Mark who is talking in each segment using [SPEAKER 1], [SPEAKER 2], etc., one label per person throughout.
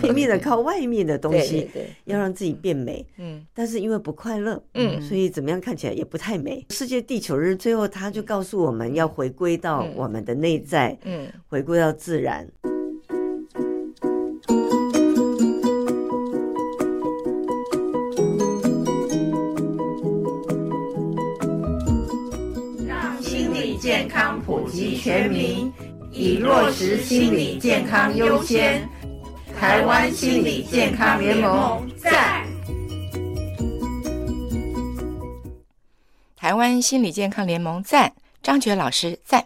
[SPEAKER 1] 拼命的靠外面的东
[SPEAKER 2] 对对
[SPEAKER 1] 西，
[SPEAKER 2] 对，
[SPEAKER 1] 要让自己变美。
[SPEAKER 2] 嗯
[SPEAKER 1] 但是因为不快乐，
[SPEAKER 2] 嗯
[SPEAKER 1] 所以怎么样看起来也不太美。世界地球日最后，他就告诉我们要回归到
[SPEAKER 2] 嗯
[SPEAKER 1] 我们的内在，
[SPEAKER 2] 嗯，
[SPEAKER 1] 回归到自然。
[SPEAKER 3] 让心理健康普及全民，以落实心理健康优先。台湾心理健康联盟在。
[SPEAKER 2] 台湾心理健康联盟赞，张觉老师赞，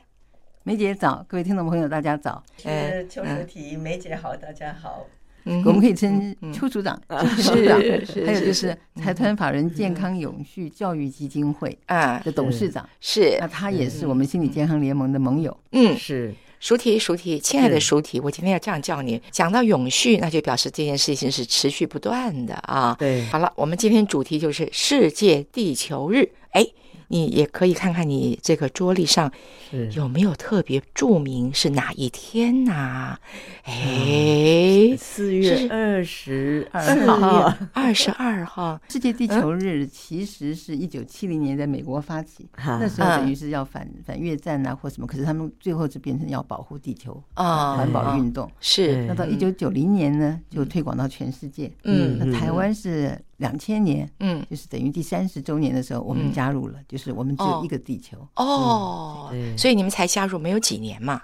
[SPEAKER 4] 梅姐早，各位听众朋友大家早，
[SPEAKER 2] 嗯
[SPEAKER 1] 邱淑提，梅姐好，大家好。
[SPEAKER 2] 嗯
[SPEAKER 4] 我
[SPEAKER 2] 哼，
[SPEAKER 4] 们可以称
[SPEAKER 2] 嗯
[SPEAKER 4] 邱组长、
[SPEAKER 2] 是
[SPEAKER 4] 邱组长，
[SPEAKER 2] 是是，
[SPEAKER 4] 还有就是财团法人健康永续教育基金会
[SPEAKER 2] 啊，
[SPEAKER 4] 的董事长，
[SPEAKER 2] 是
[SPEAKER 4] 那他也是我们心理健康联盟的盟友。
[SPEAKER 2] 嗯，
[SPEAKER 5] 是
[SPEAKER 2] 熟体熟体，亲
[SPEAKER 4] 嗯
[SPEAKER 2] 爱的熟体，我今天要这样叫你。讲到永续，那就表示这件事情是持续不断的啊。
[SPEAKER 5] 对
[SPEAKER 2] 好了，我们今天主题就是世界地球日。哎，你也可以看看你这个桌历上
[SPEAKER 5] 是
[SPEAKER 4] 嗯
[SPEAKER 2] 有没有特别注明是哪一天呐、
[SPEAKER 4] 嗯
[SPEAKER 2] 哎，
[SPEAKER 5] 四
[SPEAKER 2] 是
[SPEAKER 5] 月二十二
[SPEAKER 4] 四
[SPEAKER 5] 号，
[SPEAKER 4] 嗯
[SPEAKER 2] 二十二号，
[SPEAKER 4] 世界地球日其实是一九七零年在美国发起，
[SPEAKER 2] 嗯
[SPEAKER 1] 哈
[SPEAKER 4] 那时候等于是要反反越战啊或什么，可是他们最后就变成要保护地球、
[SPEAKER 2] 啊，
[SPEAKER 4] 环保运动。
[SPEAKER 2] 是
[SPEAKER 5] 对
[SPEAKER 4] 那到一九九零年呢，就推广到全世界。
[SPEAKER 2] 嗯
[SPEAKER 4] 那台湾是两千年，
[SPEAKER 2] 嗯
[SPEAKER 4] 就是等于第三十周年的时候，我们
[SPEAKER 2] 嗯
[SPEAKER 4] 加入了，就是我们只
[SPEAKER 2] 哦
[SPEAKER 4] 有一个地球，
[SPEAKER 2] 哦，
[SPEAKER 5] 对
[SPEAKER 2] 所以你们才加入没有几年嘛？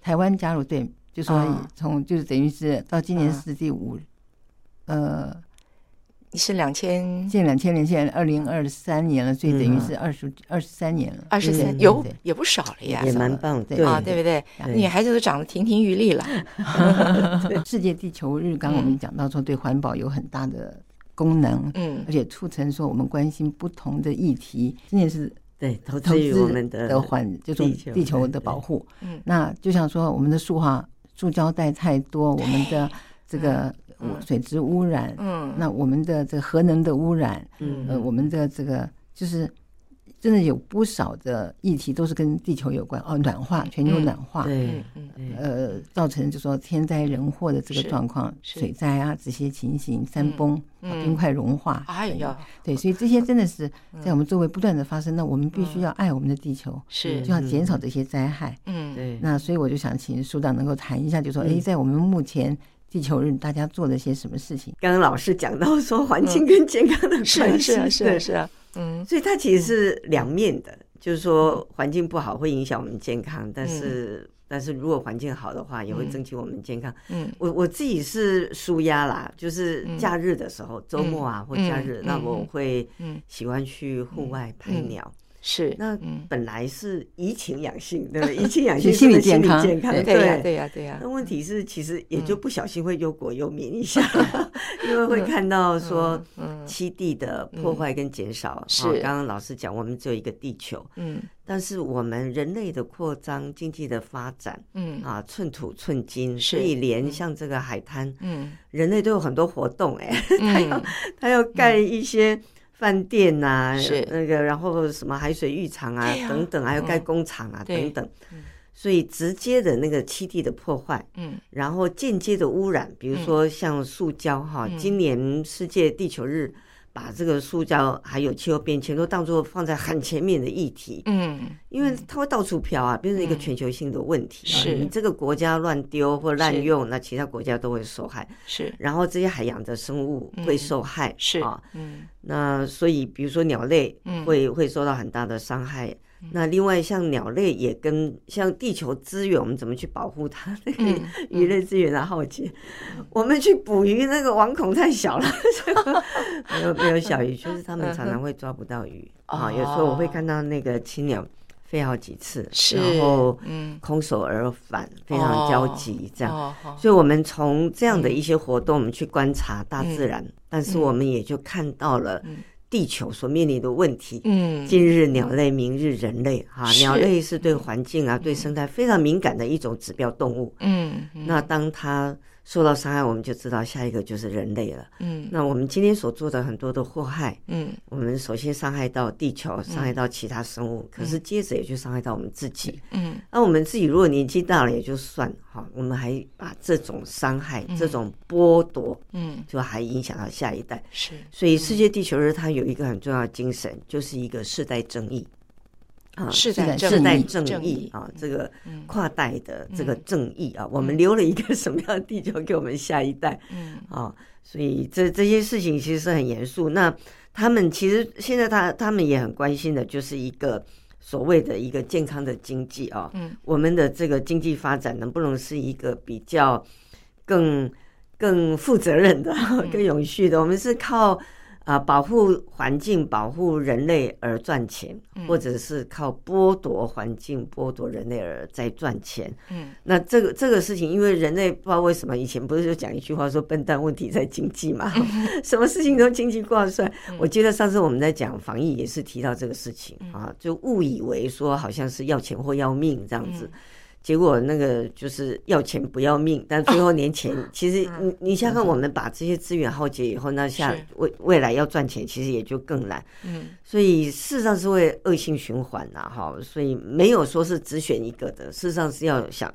[SPEAKER 4] 台湾加入对，就说
[SPEAKER 2] 啊
[SPEAKER 4] 从就是等于是到今年
[SPEAKER 2] 啊
[SPEAKER 4] 是第五，呃，
[SPEAKER 2] 你是两千
[SPEAKER 4] 现在两千年，现在二零二三年了，所以等于是二十二十三年了，
[SPEAKER 2] 二十三，
[SPEAKER 4] 嗯
[SPEAKER 2] 有
[SPEAKER 4] 对
[SPEAKER 2] 也不少了呀
[SPEAKER 1] 也。蛮棒的，
[SPEAKER 4] 对
[SPEAKER 2] 啊，对不对？
[SPEAKER 5] 对
[SPEAKER 2] 女孩子都长得亭亭玉立了。
[SPEAKER 4] 世界地球日，刚刚我
[SPEAKER 2] 嗯
[SPEAKER 4] 们讲到说对环保有很大的功能，
[SPEAKER 2] 嗯
[SPEAKER 4] 而且促成说我们关心不同的议题，这件事
[SPEAKER 1] 对，投
[SPEAKER 4] 投
[SPEAKER 1] 资于我
[SPEAKER 4] 资
[SPEAKER 1] 们的
[SPEAKER 4] 环就是
[SPEAKER 1] 地球
[SPEAKER 4] 地球
[SPEAKER 1] 对
[SPEAKER 4] 的保护。
[SPEAKER 2] 嗯
[SPEAKER 4] 那就像说我们的塑化、塑胶袋太多，我们的这个
[SPEAKER 2] 嗯
[SPEAKER 4] 水质污染，
[SPEAKER 2] 嗯，
[SPEAKER 4] 那我们的这个核能的污染，
[SPEAKER 1] 嗯
[SPEAKER 4] 呃，我们的这个就是真的有不少的议题都是跟地球有关哦，暖化，全球
[SPEAKER 2] 嗯
[SPEAKER 4] 暖化，
[SPEAKER 5] 对
[SPEAKER 2] 嗯嗯
[SPEAKER 5] 对
[SPEAKER 4] 呃，造成就说天灾人祸的这个
[SPEAKER 2] 是
[SPEAKER 4] 状况，
[SPEAKER 2] 是
[SPEAKER 4] 水灾啊这些情形，山
[SPEAKER 2] 嗯
[SPEAKER 4] 崩、啊
[SPEAKER 2] 嗯
[SPEAKER 4] 冰块融化，
[SPEAKER 2] 哎呦，
[SPEAKER 4] 对，所以这些真的是在我们周围不断的发生。那我们必须要爱我们的地球，
[SPEAKER 2] 嗯是
[SPEAKER 4] 就要减少这些灾害。
[SPEAKER 2] 嗯
[SPEAKER 5] 对
[SPEAKER 4] 那所以我就想请署长能够谈一下，就说，
[SPEAKER 1] 嗯
[SPEAKER 4] 哎，在我们目前地球日大家做了些什么事情？
[SPEAKER 1] 刚刚老师讲到说环境跟健康的
[SPEAKER 2] 嗯是啊
[SPEAKER 1] 关系，
[SPEAKER 2] 是啊是啊
[SPEAKER 1] 对
[SPEAKER 2] 是啊，嗯
[SPEAKER 1] 所以它其实是两面的，就是说环境不好会影响我们健康，但是、但是如果环境好的话，也会增进我们健康。
[SPEAKER 2] 嗯
[SPEAKER 1] 我我自己是舒压啦，就是
[SPEAKER 2] 嗯
[SPEAKER 1] 假日的时候，周末啊或假日，
[SPEAKER 2] 嗯
[SPEAKER 1] 那我会
[SPEAKER 2] 嗯
[SPEAKER 1] 喜欢去户外拍鸟。
[SPEAKER 2] 是
[SPEAKER 1] 那
[SPEAKER 2] 嗯
[SPEAKER 1] 本来是怡情养性，对不对？怡情 养性
[SPEAKER 4] 是心理
[SPEAKER 1] 是
[SPEAKER 4] 健康
[SPEAKER 1] 健康
[SPEAKER 4] 对
[SPEAKER 2] 对呀对呀对呀
[SPEAKER 1] 那，问题是，其实也就
[SPEAKER 2] 嗯
[SPEAKER 1] 不小心会忧国忧民一下， 因为会看到说
[SPEAKER 2] 嗯
[SPEAKER 1] 七地的破坏跟减少。啊
[SPEAKER 2] 是
[SPEAKER 1] 刚刚老师讲，我们只有一个地球，
[SPEAKER 2] 嗯
[SPEAKER 1] 但是我们人类的扩张、经济的发展
[SPEAKER 2] 嗯
[SPEAKER 1] 啊，寸土寸金，
[SPEAKER 2] 是
[SPEAKER 1] 所以连像这个海滩，
[SPEAKER 2] 嗯
[SPEAKER 1] 人类都有很多活动、哎，
[SPEAKER 2] 嗯
[SPEAKER 1] 他要盖一些。饭店呐、
[SPEAKER 2] 是
[SPEAKER 1] 那个，然后什么海水浴场啊，
[SPEAKER 2] 对啊
[SPEAKER 1] 等等，还有盖
[SPEAKER 2] 嗯
[SPEAKER 1] 工厂啊，
[SPEAKER 2] 对
[SPEAKER 1] 等等，所以直接的那个七地的破坏，
[SPEAKER 2] 嗯
[SPEAKER 1] 然后间接的污染，比如说像塑胶哈，
[SPEAKER 2] 嗯
[SPEAKER 1] 今年世界地球日把这个塑胶还有气候变迁都当作放在很前面的议题，
[SPEAKER 2] 嗯
[SPEAKER 1] 因为它会到处飘啊，变成一个全球性的问题啊。
[SPEAKER 2] 是
[SPEAKER 1] 你这个国家乱丢或滥用，那其他国家都会受害，
[SPEAKER 2] 是
[SPEAKER 1] 然后这些海洋的生物会受害，
[SPEAKER 2] 嗯是
[SPEAKER 1] 啊。
[SPEAKER 2] 嗯
[SPEAKER 1] 那所以比如说鸟类
[SPEAKER 2] 嗯
[SPEAKER 1] 会会受到很大的伤害。那另外，像鸟类也跟像地球资源，我们怎么去保护它？那个
[SPEAKER 2] 嗯
[SPEAKER 1] 鱼类资源的浩劫，我们去捕鱼，那个网孔太小了， 没有没有小 鱼，就是他们常常会抓不到鱼啊。
[SPEAKER 2] 哦
[SPEAKER 1] 有时候我会看到那个青鸟飞好几次，
[SPEAKER 2] 是
[SPEAKER 1] 然后
[SPEAKER 2] 嗯
[SPEAKER 1] 空手而返，非常焦急这样。
[SPEAKER 2] 哦好
[SPEAKER 1] 所以，我们从这样的一些活动，我们去观察大自然，但是
[SPEAKER 2] 嗯
[SPEAKER 1] 我们也就看到了
[SPEAKER 2] 嗯
[SPEAKER 1] 地球所面临的问题。
[SPEAKER 2] 嗯
[SPEAKER 1] 今日鸟类，明日人类，哈、
[SPEAKER 2] 是嗯
[SPEAKER 1] 鸟类是对环境啊、对生态非常敏感的一种指标动物。
[SPEAKER 2] 嗯嗯
[SPEAKER 1] 那当它受到伤害，我们就知道下一个就是人类了。
[SPEAKER 2] 嗯
[SPEAKER 1] 那我们今天所做的很多的祸害，
[SPEAKER 2] 嗯
[SPEAKER 1] 我们首先伤害到地球，伤害到其他生物，可是接着也就伤害到我们自己。
[SPEAKER 2] 嗯
[SPEAKER 1] 那我们自己如果年纪大了也就算了哈，我们还把这种伤害、这种剥夺，
[SPEAKER 2] 嗯，
[SPEAKER 1] 就还影响到下一代。
[SPEAKER 2] 是，
[SPEAKER 1] 所以世界
[SPEAKER 2] 嗯
[SPEAKER 1] 地球日它有一个很重要的精神，就是一个世代正义啊，
[SPEAKER 2] 世代
[SPEAKER 4] 代
[SPEAKER 2] 正
[SPEAKER 1] 世代
[SPEAKER 2] 义
[SPEAKER 1] 正
[SPEAKER 2] 正
[SPEAKER 1] 义
[SPEAKER 2] 义
[SPEAKER 1] 啊，这个
[SPEAKER 2] 嗯
[SPEAKER 1] 跨代的这个正义啊，我们留了一个什么样的地球给我们下一代？
[SPEAKER 2] 嗯
[SPEAKER 1] 啊、所以这这些事情其实是很严肃。那他们其实现在他他们也很关心的，就是一个所谓的一个健康的经济啊、
[SPEAKER 2] 嗯，
[SPEAKER 1] 我们的这个经济发展能不能是一个比较更更负责任的、 更永续的？我们是靠啊、保护环境、保护人类而赚钱，或者是靠剥夺环境、剥夺人类而在赚钱。
[SPEAKER 2] 嗯，
[SPEAKER 1] 那这个这个事情，因为人类不知道为什么以前不是就讲一句话说“笨蛋问题在经济”嘛， 什么事情都经济挂帅。我记得上次我们在讲防疫也是提到这个事情啊，就误以为说好像是要钱或要命这样子。结果那个就是要钱不要命，但最后连钱，其实你你想想看，我们把这些资源耗竭以后，那下
[SPEAKER 2] 是
[SPEAKER 1] 未未来要赚钱，其实也就更难。
[SPEAKER 2] 嗯
[SPEAKER 1] 所以事实上是会恶性循环呐、哈，所以没有说是只选一个的，事实上是要想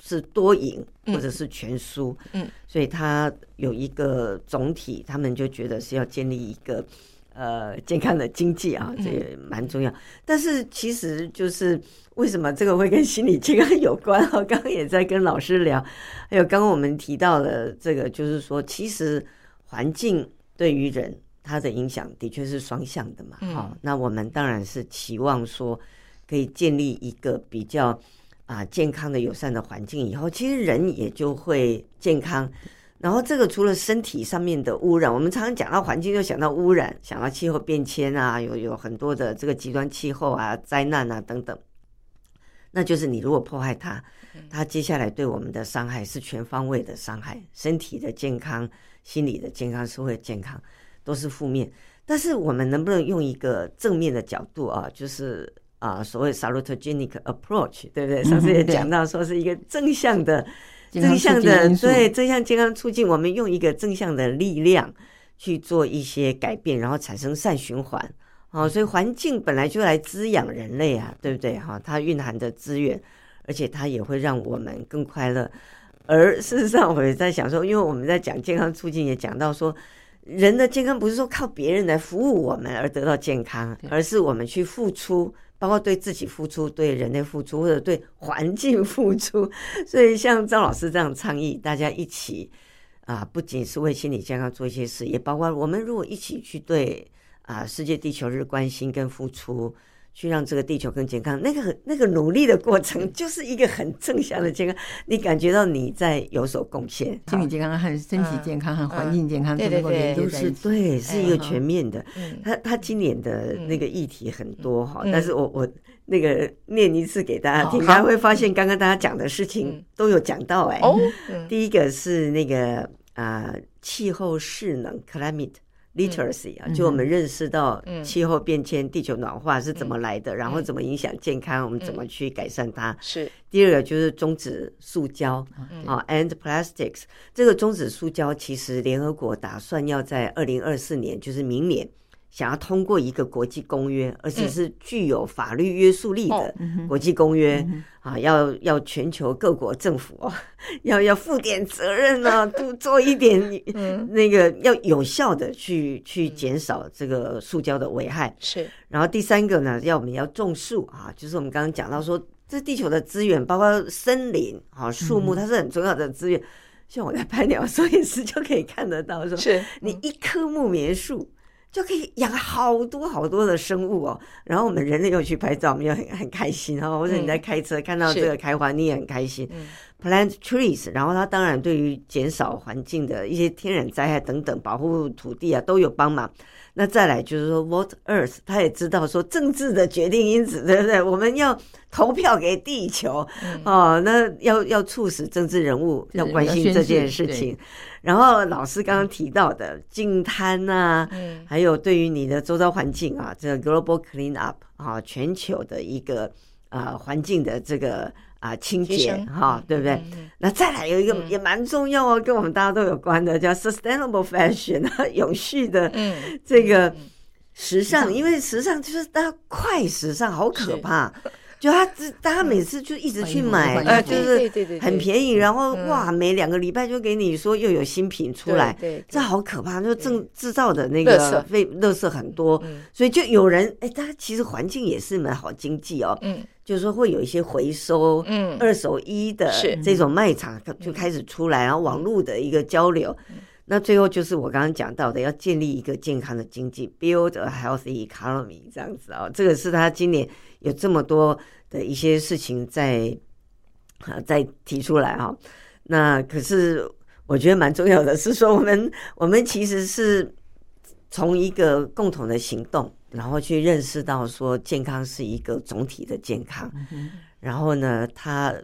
[SPEAKER 1] 是多赢
[SPEAKER 2] 嗯
[SPEAKER 1] 或者是全输，
[SPEAKER 2] 嗯，
[SPEAKER 1] 所以他有一个总体，他们就觉得是要建立一个呃健康的经济啊，
[SPEAKER 2] 嗯
[SPEAKER 1] 这也蛮重要。但是其实就是为什么这个会跟心理健康有关 啊？刚刚也在跟老师聊，还有刚刚我们提到的这个，就是说其实环境对于人它的影响的确是双向的嘛。
[SPEAKER 2] 嗯
[SPEAKER 1] 好、那我们当然是期望说可以建立一个比较啊、健康的、友善的环境，以后其实人也就会健康。然后这个除了身体上面的污染，我们常常讲到环境就想到污染，想到气候变迁啊，有有很多的这个极端气候啊、灾难啊等等。那就是你如果迫害它，它接下来对我们的伤害是全方位的伤害，身体的健康、心理的健康、社会的健康都是负面。但是我们能不能用一个正面的角度啊，就是啊所谓 salutogenic approach，对不对？上次也
[SPEAKER 4] 对
[SPEAKER 1] 讲到说是一个正向的、
[SPEAKER 4] 健
[SPEAKER 1] 正
[SPEAKER 4] 康促
[SPEAKER 1] 向
[SPEAKER 4] 进
[SPEAKER 1] 的
[SPEAKER 4] 因素
[SPEAKER 1] 对正向健康促进，我们用一个正向的力量去做一些改变，然后产生善循环。
[SPEAKER 4] 嗯
[SPEAKER 1] 哦，所以环境本来就来滋养人类啊，对不对？哈、它蕴含的资源，而且它也会让我们更快乐。而事实上，我也在想说，因为我们在讲健康促进，也讲到说，人的健康不是说靠别人来服务我们而得到健康，而是我们去付出，包括对自己付出、对人类付出，或者对环境付出。 所以，像张老师这样倡议，大家一起啊，不仅是为心理健康做一些事，也包括我们如果一起去对啊世界地球日关心跟付出。去让这个地球更健康，那个 很那个努力的过程就是一个很正向的健康，你感觉到你在有所贡献，
[SPEAKER 4] 心理健康和身体健康和环境健康
[SPEAKER 2] 对
[SPEAKER 4] 都能够
[SPEAKER 2] 对对
[SPEAKER 4] 连接
[SPEAKER 1] 都
[SPEAKER 4] 在
[SPEAKER 1] 是
[SPEAKER 4] 一起。
[SPEAKER 1] 嗯对，是一个
[SPEAKER 4] 哈
[SPEAKER 1] 全面的。
[SPEAKER 2] 嗯
[SPEAKER 1] 他他今年的那个议题很多哈，
[SPEAKER 2] 嗯
[SPEAKER 1] 但是我我那个念一次给大家听，
[SPEAKER 2] 好嗯
[SPEAKER 1] 大家会发现刚刚大家讲的事情都有讲到哎。
[SPEAKER 2] 哦，嗯
[SPEAKER 1] 第一个是那个啊、呃气候势能 （climate literacy） 啊，就我们认识到
[SPEAKER 2] 嗯
[SPEAKER 1] 气候变迁、地球暖化是怎么来的，然后怎么影响健康，
[SPEAKER 2] 嗯
[SPEAKER 1] 我们怎么去改善它。
[SPEAKER 2] 是
[SPEAKER 1] 第二个就是终止塑胶
[SPEAKER 4] 嗯
[SPEAKER 1] 啊，end plastics。这个终止塑胶，其实联合国打算要在二零二四年，就是明年，想要通过一个国际公约，而且是具有法律约束力的
[SPEAKER 2] 哦
[SPEAKER 1] 国际公约啊，要要全球各国政府 哦，要要负点责任啊，多做一点那个要有效的去去减少这个塑胶的危害。
[SPEAKER 2] 是，
[SPEAKER 1] 然后第三个呢，要我们要种树啊，就是我们刚刚讲到说，这地球的资源包括森林啊、树木，它是很重要的资源。像我在拍鸟兽也是就可以看得到说，
[SPEAKER 2] 是
[SPEAKER 1] 你一棵木棉树。就可以养好多好多的生物哦，然后我们人类又去拍照，我们又很很开心哦。或者你在开车、看到这个开花，你也很开心。Plant trees，然后它当然对于减少环境的一些天然灾害等等，保护土地啊都有帮忙。那再来就是说，What Earth，他也知道说政治的决定因子，对不对？我们要投票给地球，哦，那要要促使政治人物
[SPEAKER 4] 就
[SPEAKER 1] 要
[SPEAKER 4] 是
[SPEAKER 1] 关
[SPEAKER 4] 要
[SPEAKER 1] 心
[SPEAKER 4] 宣
[SPEAKER 1] 这件
[SPEAKER 4] 示
[SPEAKER 1] 事
[SPEAKER 4] 对
[SPEAKER 1] 情。然后老师刚刚提到的净滩呐、
[SPEAKER 2] 嗯
[SPEAKER 1] 还有对于你的周遭环境啊，这个 global clean up 啊，全球的一个呃环境的这个啊清
[SPEAKER 2] 提
[SPEAKER 1] 洁
[SPEAKER 2] 升
[SPEAKER 1] 哈，对不对？
[SPEAKER 2] 嗯嗯
[SPEAKER 1] 那再来有一个也蛮重要哦，跟我们大家都有关的，叫 sustainable fashion 啊，永续的
[SPEAKER 2] 嗯，
[SPEAKER 1] 这个时尚，因为时尚就是大家快时尚，好可怕。 就他只，大家每次就一直去买，
[SPEAKER 4] 换衣服
[SPEAKER 1] 呃，
[SPEAKER 4] 换衣
[SPEAKER 1] 就
[SPEAKER 4] 服
[SPEAKER 2] 对对对
[SPEAKER 1] 是
[SPEAKER 2] 对
[SPEAKER 1] 很便宜，然后
[SPEAKER 2] 嗯
[SPEAKER 1] 哇，每两个礼拜就给你说又有新品出来，
[SPEAKER 2] 对，对
[SPEAKER 1] 这好可怕，就正制造的那
[SPEAKER 2] 垃
[SPEAKER 1] 个
[SPEAKER 2] 圾
[SPEAKER 1] 废垃圾很多，
[SPEAKER 2] 嗯
[SPEAKER 1] 所以就有人哎，大家其实环境也是蛮好经济哦，
[SPEAKER 2] 嗯
[SPEAKER 1] 就是说会有一些回收，
[SPEAKER 2] 嗯，
[SPEAKER 1] 二手衣的
[SPEAKER 2] 是嗯
[SPEAKER 1] 这种卖场就开始出来，然后网络的一个交流。那最后就是我刚刚讲到的，要建立一个健康的经济，build a healthy economy 这样子哦，这个是他今年有这么多的一些事情在啊在提出来哈、哦那可是我觉得蛮重要的是说，我们 我们其实是从一个共同的行动，然后去认识到说健康是一个总体的健康，然后呢，它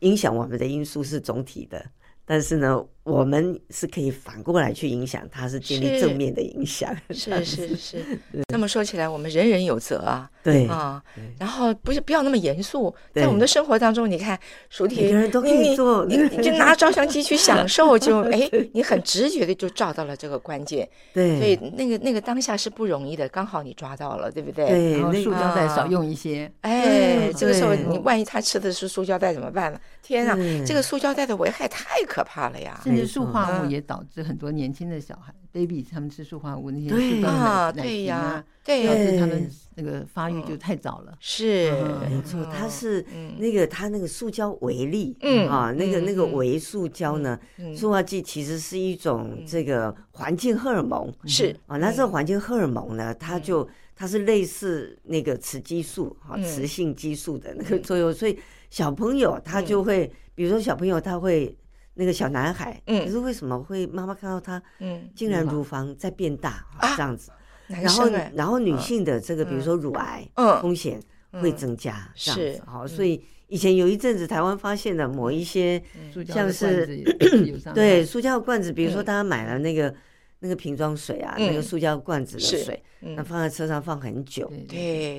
[SPEAKER 1] 影响我们的因素是总体的。但是呢，我们是可以反过来去影响，它是建立
[SPEAKER 2] 是
[SPEAKER 1] 正面的影响。这样
[SPEAKER 2] 是
[SPEAKER 1] 子
[SPEAKER 2] 是是。那么说起来，我们人人有责啊
[SPEAKER 1] 对，
[SPEAKER 2] 啊，然后不是不要那么严肃，
[SPEAKER 1] 对
[SPEAKER 2] 在我们的生活当中，你看，熟体
[SPEAKER 1] 每个人都可以做
[SPEAKER 2] 你你就拿照相机去享受，就哎，你很直觉的就照到了这个关键，
[SPEAKER 1] 对，
[SPEAKER 2] 所以那个那个当下是不容易的，刚好你抓到了，对不对？
[SPEAKER 1] 对，
[SPEAKER 4] 然后
[SPEAKER 1] 那
[SPEAKER 4] 塑
[SPEAKER 1] 个
[SPEAKER 4] 胶袋少
[SPEAKER 2] 啊
[SPEAKER 4] 用一些，
[SPEAKER 2] 哎，这个时候
[SPEAKER 1] 对嗯
[SPEAKER 2] 你万一他吃的是塑胶袋怎么办呢？天啊，
[SPEAKER 1] 对
[SPEAKER 2] 这个塑胶袋的危害太可怕了呀！
[SPEAKER 4] 甚
[SPEAKER 1] 没
[SPEAKER 4] 至塑
[SPEAKER 1] 错
[SPEAKER 4] 化物
[SPEAKER 2] 嗯
[SPEAKER 4] 也导致很多年轻的小孩 baby 他们吃塑化物那些
[SPEAKER 1] 对
[SPEAKER 4] 塑胶的
[SPEAKER 2] 啊，
[SPEAKER 4] 奶奶
[SPEAKER 2] 对
[SPEAKER 4] 瓶
[SPEAKER 2] 呀
[SPEAKER 4] 啊，，
[SPEAKER 2] 对
[SPEAKER 4] 导
[SPEAKER 2] 呀，
[SPEAKER 4] 致
[SPEAKER 1] 对
[SPEAKER 4] 他们那个发育就太早了。
[SPEAKER 2] 是
[SPEAKER 4] 嗯
[SPEAKER 1] 没错，它
[SPEAKER 2] 嗯
[SPEAKER 1] 是
[SPEAKER 2] 嗯
[SPEAKER 1] 那个它那个塑胶微粒，
[SPEAKER 2] 嗯
[SPEAKER 1] 啊，那个
[SPEAKER 2] 嗯
[SPEAKER 1] 那个
[SPEAKER 2] 嗯
[SPEAKER 1] 微塑胶呢，
[SPEAKER 2] 嗯
[SPEAKER 1] 塑化剂其实是一种这个环境荷尔蒙
[SPEAKER 2] 是
[SPEAKER 1] 啊，那这个环境荷尔蒙呢，它就它是类似那个雌激素啊，
[SPEAKER 2] 嗯
[SPEAKER 1] 雌性激素的那个作用，所以小朋友他就会，比如说小朋友他会。那个小男孩，
[SPEAKER 2] 嗯
[SPEAKER 1] 可是为什么会妈妈看到他
[SPEAKER 2] 嗯，
[SPEAKER 1] 竟然乳房在变大
[SPEAKER 2] 啊
[SPEAKER 1] 这样子？
[SPEAKER 2] 男
[SPEAKER 1] 然后
[SPEAKER 2] 生哎，
[SPEAKER 1] 然后女性的这个，比如
[SPEAKER 2] 嗯
[SPEAKER 1] 说乳癌，
[SPEAKER 2] 嗯
[SPEAKER 1] 风险会增加，这样子
[SPEAKER 2] 是嗯
[SPEAKER 1] 好，所以以前有一阵子台湾发现了某一些
[SPEAKER 4] 塑胶
[SPEAKER 1] 像
[SPEAKER 4] 的罐
[SPEAKER 1] 嗯是
[SPEAKER 4] 子也是有伤害
[SPEAKER 1] 对塑胶罐子，比如说
[SPEAKER 2] 啊嗯
[SPEAKER 1] 大家买了那个那个瓶装水啊，
[SPEAKER 2] 嗯
[SPEAKER 1] 那个塑胶罐子的
[SPEAKER 2] 是
[SPEAKER 1] 水，那
[SPEAKER 2] 嗯，
[SPEAKER 1] 放在车上放很久，
[SPEAKER 4] 对对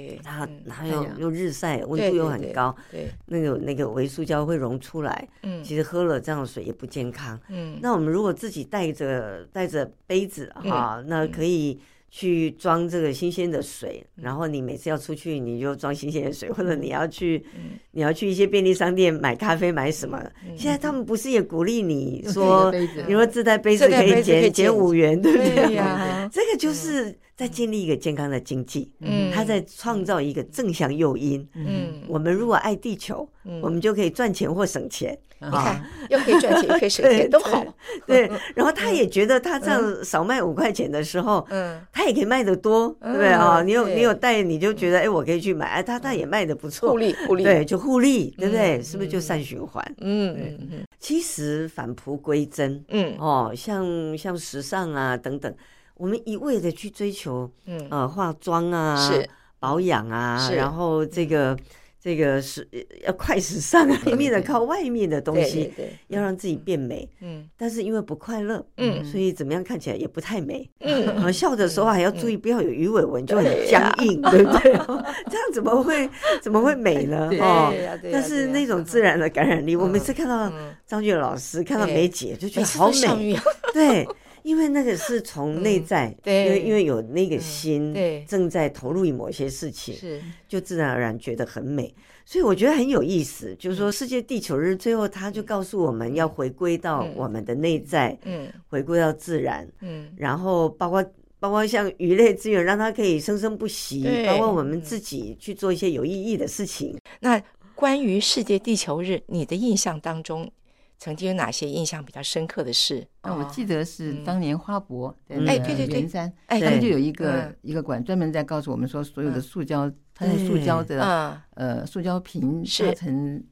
[SPEAKER 2] 对，
[SPEAKER 1] 它
[SPEAKER 2] 嗯
[SPEAKER 1] 它又
[SPEAKER 4] 太阳
[SPEAKER 1] 又日晒，温
[SPEAKER 2] 对
[SPEAKER 1] 度又
[SPEAKER 2] 对
[SPEAKER 1] 很
[SPEAKER 2] 对
[SPEAKER 1] 高，
[SPEAKER 2] 对，
[SPEAKER 1] 那个那个微塑胶会溶出来，
[SPEAKER 2] 嗯
[SPEAKER 1] 其实喝了这样的水也不健康。
[SPEAKER 2] 嗯，
[SPEAKER 1] 那我们如果自己带着带着杯子啊，那
[SPEAKER 2] 嗯
[SPEAKER 1] 可以去装这个新鲜的水，然后你每次要出去你就装新鲜的水，或者你要去、
[SPEAKER 2] 嗯
[SPEAKER 1] 你要去一些便利商店买咖啡买什么。现
[SPEAKER 2] 嗯
[SPEAKER 1] 在他们不是也鼓励你
[SPEAKER 4] 用自己的
[SPEAKER 1] 说，
[SPEAKER 4] 杯子
[SPEAKER 1] 你说自带杯子
[SPEAKER 2] 自带
[SPEAKER 1] 可以
[SPEAKER 2] 杯子可以
[SPEAKER 1] 减减
[SPEAKER 2] 减
[SPEAKER 1] 五元，对不
[SPEAKER 2] 对
[SPEAKER 1] 对？
[SPEAKER 2] 呀，
[SPEAKER 1] 这个就是在建立一个健康的经济，
[SPEAKER 2] 嗯，
[SPEAKER 1] 它在创造一个正向诱因。
[SPEAKER 2] 嗯，
[SPEAKER 1] 我们如果爱地球，我们就可以赚钱或省钱。
[SPEAKER 2] 你看又可以赚钱，又可以 省钱，都好，
[SPEAKER 1] 对，
[SPEAKER 2] 嗯
[SPEAKER 1] 然后他也觉得他这样少卖五块钱的时候，
[SPEAKER 2] 嗯，
[SPEAKER 1] 他也可以卖得多，对不对啊？
[SPEAKER 2] 嗯
[SPEAKER 1] 你有
[SPEAKER 2] 对嗯
[SPEAKER 1] 你有带，你就觉得哎，我可以去买，哎，他他也卖得不错，
[SPEAKER 2] 互利互利，
[SPEAKER 1] 对，就互利，对不对？
[SPEAKER 2] 嗯
[SPEAKER 1] 是不是就善循环？
[SPEAKER 2] 嗯嗯嗯
[SPEAKER 1] 其实返璞归真
[SPEAKER 2] 嗯
[SPEAKER 1] 哦，像像时尚啊等等，我们一味的去追求
[SPEAKER 2] 嗯，
[SPEAKER 1] 呃化妆啊，
[SPEAKER 2] 是
[SPEAKER 1] 保养啊，
[SPEAKER 2] 是嗯
[SPEAKER 1] 然后这个这个是要快时尚啊，拼命的靠外面的东
[SPEAKER 2] 对对
[SPEAKER 1] 西，
[SPEAKER 2] 对，
[SPEAKER 1] 要让自己变美。
[SPEAKER 2] 嗯
[SPEAKER 1] 但是因为不快乐，
[SPEAKER 2] 嗯
[SPEAKER 1] 所以怎么样看起来也不太美。
[SPEAKER 2] 嗯，
[SPEAKER 1] 啊，笑的时候还要注意不要有鱼尾纹，就很
[SPEAKER 2] 对
[SPEAKER 1] 僵
[SPEAKER 2] 呀
[SPEAKER 1] 硬，对不对？ 这样怎么会怎么会美呢？
[SPEAKER 4] 对
[SPEAKER 1] 哦
[SPEAKER 2] 对呀对，呀
[SPEAKER 1] 但是
[SPEAKER 2] 对呀
[SPEAKER 1] 那种自然的感染力，我每次看到
[SPEAKER 2] 嗯
[SPEAKER 1] 张俊老师，看到
[SPEAKER 2] 对
[SPEAKER 1] 梅姐，就觉
[SPEAKER 2] 每
[SPEAKER 1] 得
[SPEAKER 2] 次
[SPEAKER 1] 好
[SPEAKER 2] 都上
[SPEAKER 1] 美，
[SPEAKER 2] 运，
[SPEAKER 1] 对。因为那个是从内在，
[SPEAKER 2] 对嗯
[SPEAKER 1] 因为因为有那个心，
[SPEAKER 2] 对
[SPEAKER 1] 正在投入于某些事情，
[SPEAKER 2] 是
[SPEAKER 1] 就自然而然觉得很美。所以我觉得很有意思，就是
[SPEAKER 2] 嗯
[SPEAKER 1] 说世界地球日最后，他就告诉我们要回归到我们的内在，
[SPEAKER 2] 嗯
[SPEAKER 1] 回归到自然，
[SPEAKER 2] 嗯
[SPEAKER 1] 然后包括包括像鱼类资源，让它可以生生不息，
[SPEAKER 2] 对嗯
[SPEAKER 1] 包括我们自己去做一些有意义的事情。
[SPEAKER 2] 那关于世界地球日，你的印象当中，曾经有哪些印象比较深刻的事？
[SPEAKER 4] 那
[SPEAKER 1] 哦
[SPEAKER 4] 我记得是
[SPEAKER 2] 嗯
[SPEAKER 4] 当年花博在
[SPEAKER 1] 嗯
[SPEAKER 4] 那
[SPEAKER 2] 哎对对
[SPEAKER 4] 个
[SPEAKER 2] 对
[SPEAKER 4] 圆山，
[SPEAKER 2] 哎
[SPEAKER 4] 他们就
[SPEAKER 1] 对
[SPEAKER 4] 有一个
[SPEAKER 2] 嗯
[SPEAKER 4] 一个馆专门在告诉我们说，所有的
[SPEAKER 2] 嗯
[SPEAKER 4] 塑胶，它用塑胶的
[SPEAKER 2] 嗯，
[SPEAKER 4] 呃塑胶瓶
[SPEAKER 2] 是
[SPEAKER 4] 搭成，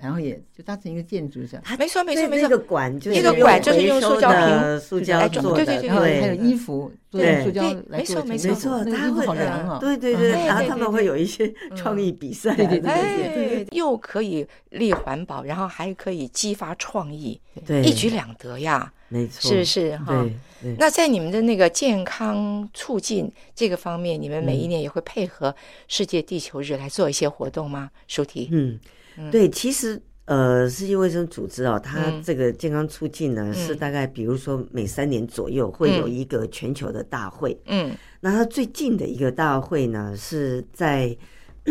[SPEAKER 4] 然后也就搭成一个建筑这样，
[SPEAKER 1] 它
[SPEAKER 2] 没错没错
[SPEAKER 1] 那
[SPEAKER 2] 没
[SPEAKER 1] 那个
[SPEAKER 2] 错，
[SPEAKER 1] 管就是
[SPEAKER 2] 那个管就是
[SPEAKER 1] 回
[SPEAKER 2] 用
[SPEAKER 1] 收
[SPEAKER 2] 塑胶
[SPEAKER 1] 的
[SPEAKER 2] 瓶
[SPEAKER 1] 塑胶
[SPEAKER 2] 来
[SPEAKER 1] 做的，
[SPEAKER 2] 装对对对
[SPEAKER 4] 然后还
[SPEAKER 2] 对
[SPEAKER 4] 有衣服都用塑胶
[SPEAKER 2] 对
[SPEAKER 4] 来做成，
[SPEAKER 2] 没错
[SPEAKER 1] 没错，
[SPEAKER 4] 那
[SPEAKER 1] 它
[SPEAKER 4] 个
[SPEAKER 1] 会啊
[SPEAKER 4] 衣服好凉哦，
[SPEAKER 1] 对对
[SPEAKER 4] 嗯
[SPEAKER 1] 对，
[SPEAKER 2] 啊对
[SPEAKER 1] 然后
[SPEAKER 2] 对
[SPEAKER 1] 他们
[SPEAKER 2] 对
[SPEAKER 1] 会有一些创意比赛啊，
[SPEAKER 4] 对对对
[SPEAKER 2] 哎，又可以立环保，然后还可以激发创意，
[SPEAKER 1] 对，
[SPEAKER 2] 一举两得呀，
[SPEAKER 1] 没错，
[SPEAKER 2] 是不是哈？
[SPEAKER 1] 对对。
[SPEAKER 2] 那在你们的那个健康促进这
[SPEAKER 1] 嗯
[SPEAKER 2] 个方面，你们每一年也会配合世界地球日来做一些活动吗？舒婷，
[SPEAKER 1] 嗯，对，其实呃，世界卫生组织哦，它
[SPEAKER 2] 嗯
[SPEAKER 1] 这个健康促进呢、是大概比如说每三年左右会有
[SPEAKER 2] 嗯
[SPEAKER 1] 一个全球的大会。
[SPEAKER 2] 嗯
[SPEAKER 1] 那它最近的一个大会呢是在。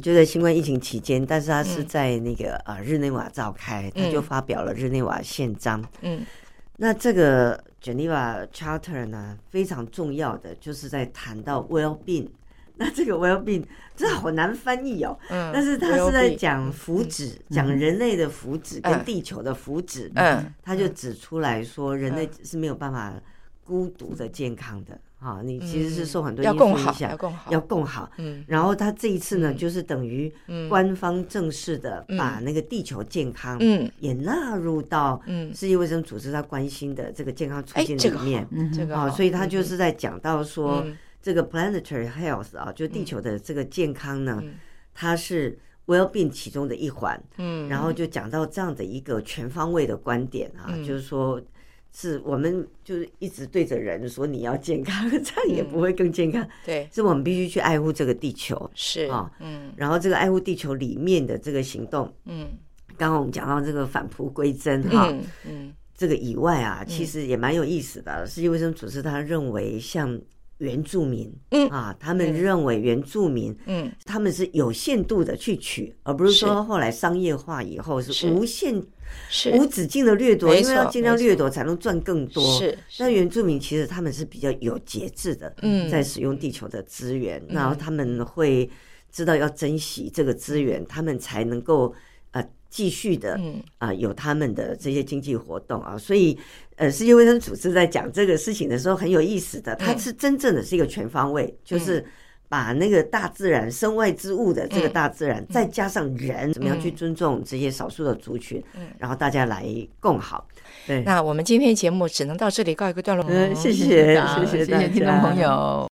[SPEAKER 1] 就在新冠疫情期间，但是它是在那个呃日内瓦召开，它就
[SPEAKER 2] 嗯
[SPEAKER 1] 发表了日内瓦宪章。
[SPEAKER 2] 嗯
[SPEAKER 1] 那这个 Geneva Charter 呢，非常重要的就是在谈到 well being。那这个 well being 这好难翻译哦，
[SPEAKER 2] 嗯，
[SPEAKER 1] 但是它是在
[SPEAKER 2] well-being，
[SPEAKER 1] 讲福
[SPEAKER 2] 嗯
[SPEAKER 1] 祉，讲人类的福祉跟地球的福祉。
[SPEAKER 2] 嗯，
[SPEAKER 1] 他就指出来说，人类是没有办法孤独的健康的啊，你其实是受很多因
[SPEAKER 2] 嗯要共
[SPEAKER 1] 素影
[SPEAKER 2] 好，
[SPEAKER 1] 响
[SPEAKER 2] 要，共好，
[SPEAKER 1] 要共好。
[SPEAKER 2] 嗯
[SPEAKER 1] 然后他这一次呢，
[SPEAKER 2] 嗯
[SPEAKER 1] 就是等于
[SPEAKER 2] 嗯
[SPEAKER 1] 官方正式的把那个地球健康
[SPEAKER 2] 嗯
[SPEAKER 1] 也纳入到
[SPEAKER 2] 嗯，
[SPEAKER 1] 世界卫生组织他关心的这个健康促进
[SPEAKER 2] 哎这
[SPEAKER 1] 里
[SPEAKER 2] 个好
[SPEAKER 1] 面
[SPEAKER 4] 嗯
[SPEAKER 2] 这个
[SPEAKER 1] 啊，
[SPEAKER 2] 好，
[SPEAKER 1] 所以他就是在讲到说，
[SPEAKER 2] 嗯
[SPEAKER 1] 这个 planetary health 啊，就地球的这个健康呢，
[SPEAKER 2] 嗯
[SPEAKER 1] 它是 well being 其中的一环。
[SPEAKER 2] 嗯，
[SPEAKER 1] 然后就讲到这样的一个全方位的观点啊，
[SPEAKER 2] 嗯
[SPEAKER 1] 就是说。是我们就是一直对着人说你要健康， 这样也
[SPEAKER 2] 嗯
[SPEAKER 1] 不会更健康。
[SPEAKER 2] 对
[SPEAKER 1] 是我们必须去爱护这个地球，
[SPEAKER 2] 是
[SPEAKER 1] 啊
[SPEAKER 2] 嗯
[SPEAKER 1] 然后这个爱护地球里面的这个行动，
[SPEAKER 2] 嗯
[SPEAKER 1] 刚刚我们讲到这个返璞归真哈、
[SPEAKER 2] 嗯嗯
[SPEAKER 1] 这个以外啊，其实也蛮有意思的。世界卫生组织他认为，像原住民，
[SPEAKER 2] 嗯
[SPEAKER 1] 啊，他们认为原住民
[SPEAKER 2] 嗯
[SPEAKER 1] 他们是有限度的去取，而不是
[SPEAKER 2] 是
[SPEAKER 1] 说后来商业化以后
[SPEAKER 2] 是
[SPEAKER 1] 是无限
[SPEAKER 2] 是
[SPEAKER 1] 无止境的掠夺，
[SPEAKER 2] 没
[SPEAKER 1] 因为要
[SPEAKER 2] 错
[SPEAKER 1] 尽量
[SPEAKER 2] 没
[SPEAKER 1] 掠
[SPEAKER 2] 错
[SPEAKER 1] 夺才能赚更多。
[SPEAKER 2] 是
[SPEAKER 1] 那原住民其实他们是比较有节制的，
[SPEAKER 2] 嗯
[SPEAKER 1] 在使用地球的资源，然后他们会知道要珍惜这个资源，他们才能够呃继续的
[SPEAKER 2] 嗯
[SPEAKER 1] 啊、有他们的这些经济活动啊，所以呃世界卫生组织在讲这个事情的时候很有意思的，它
[SPEAKER 2] 嗯
[SPEAKER 1] 是真正的是一个全方位，就是。把那个大自然、身外之物的这个
[SPEAKER 2] 嗯
[SPEAKER 1] 大自然，再加上人，怎么样去
[SPEAKER 2] 嗯
[SPEAKER 1] 尊重这些少数的族群，
[SPEAKER 2] 嗯
[SPEAKER 1] 然后大家来共好。对，
[SPEAKER 2] 那我们今天节目只能到这里告一个段落。
[SPEAKER 1] 嗯，谢谢，
[SPEAKER 4] 好
[SPEAKER 1] 谢
[SPEAKER 4] 谢
[SPEAKER 1] 大家，
[SPEAKER 4] 谢听众朋友。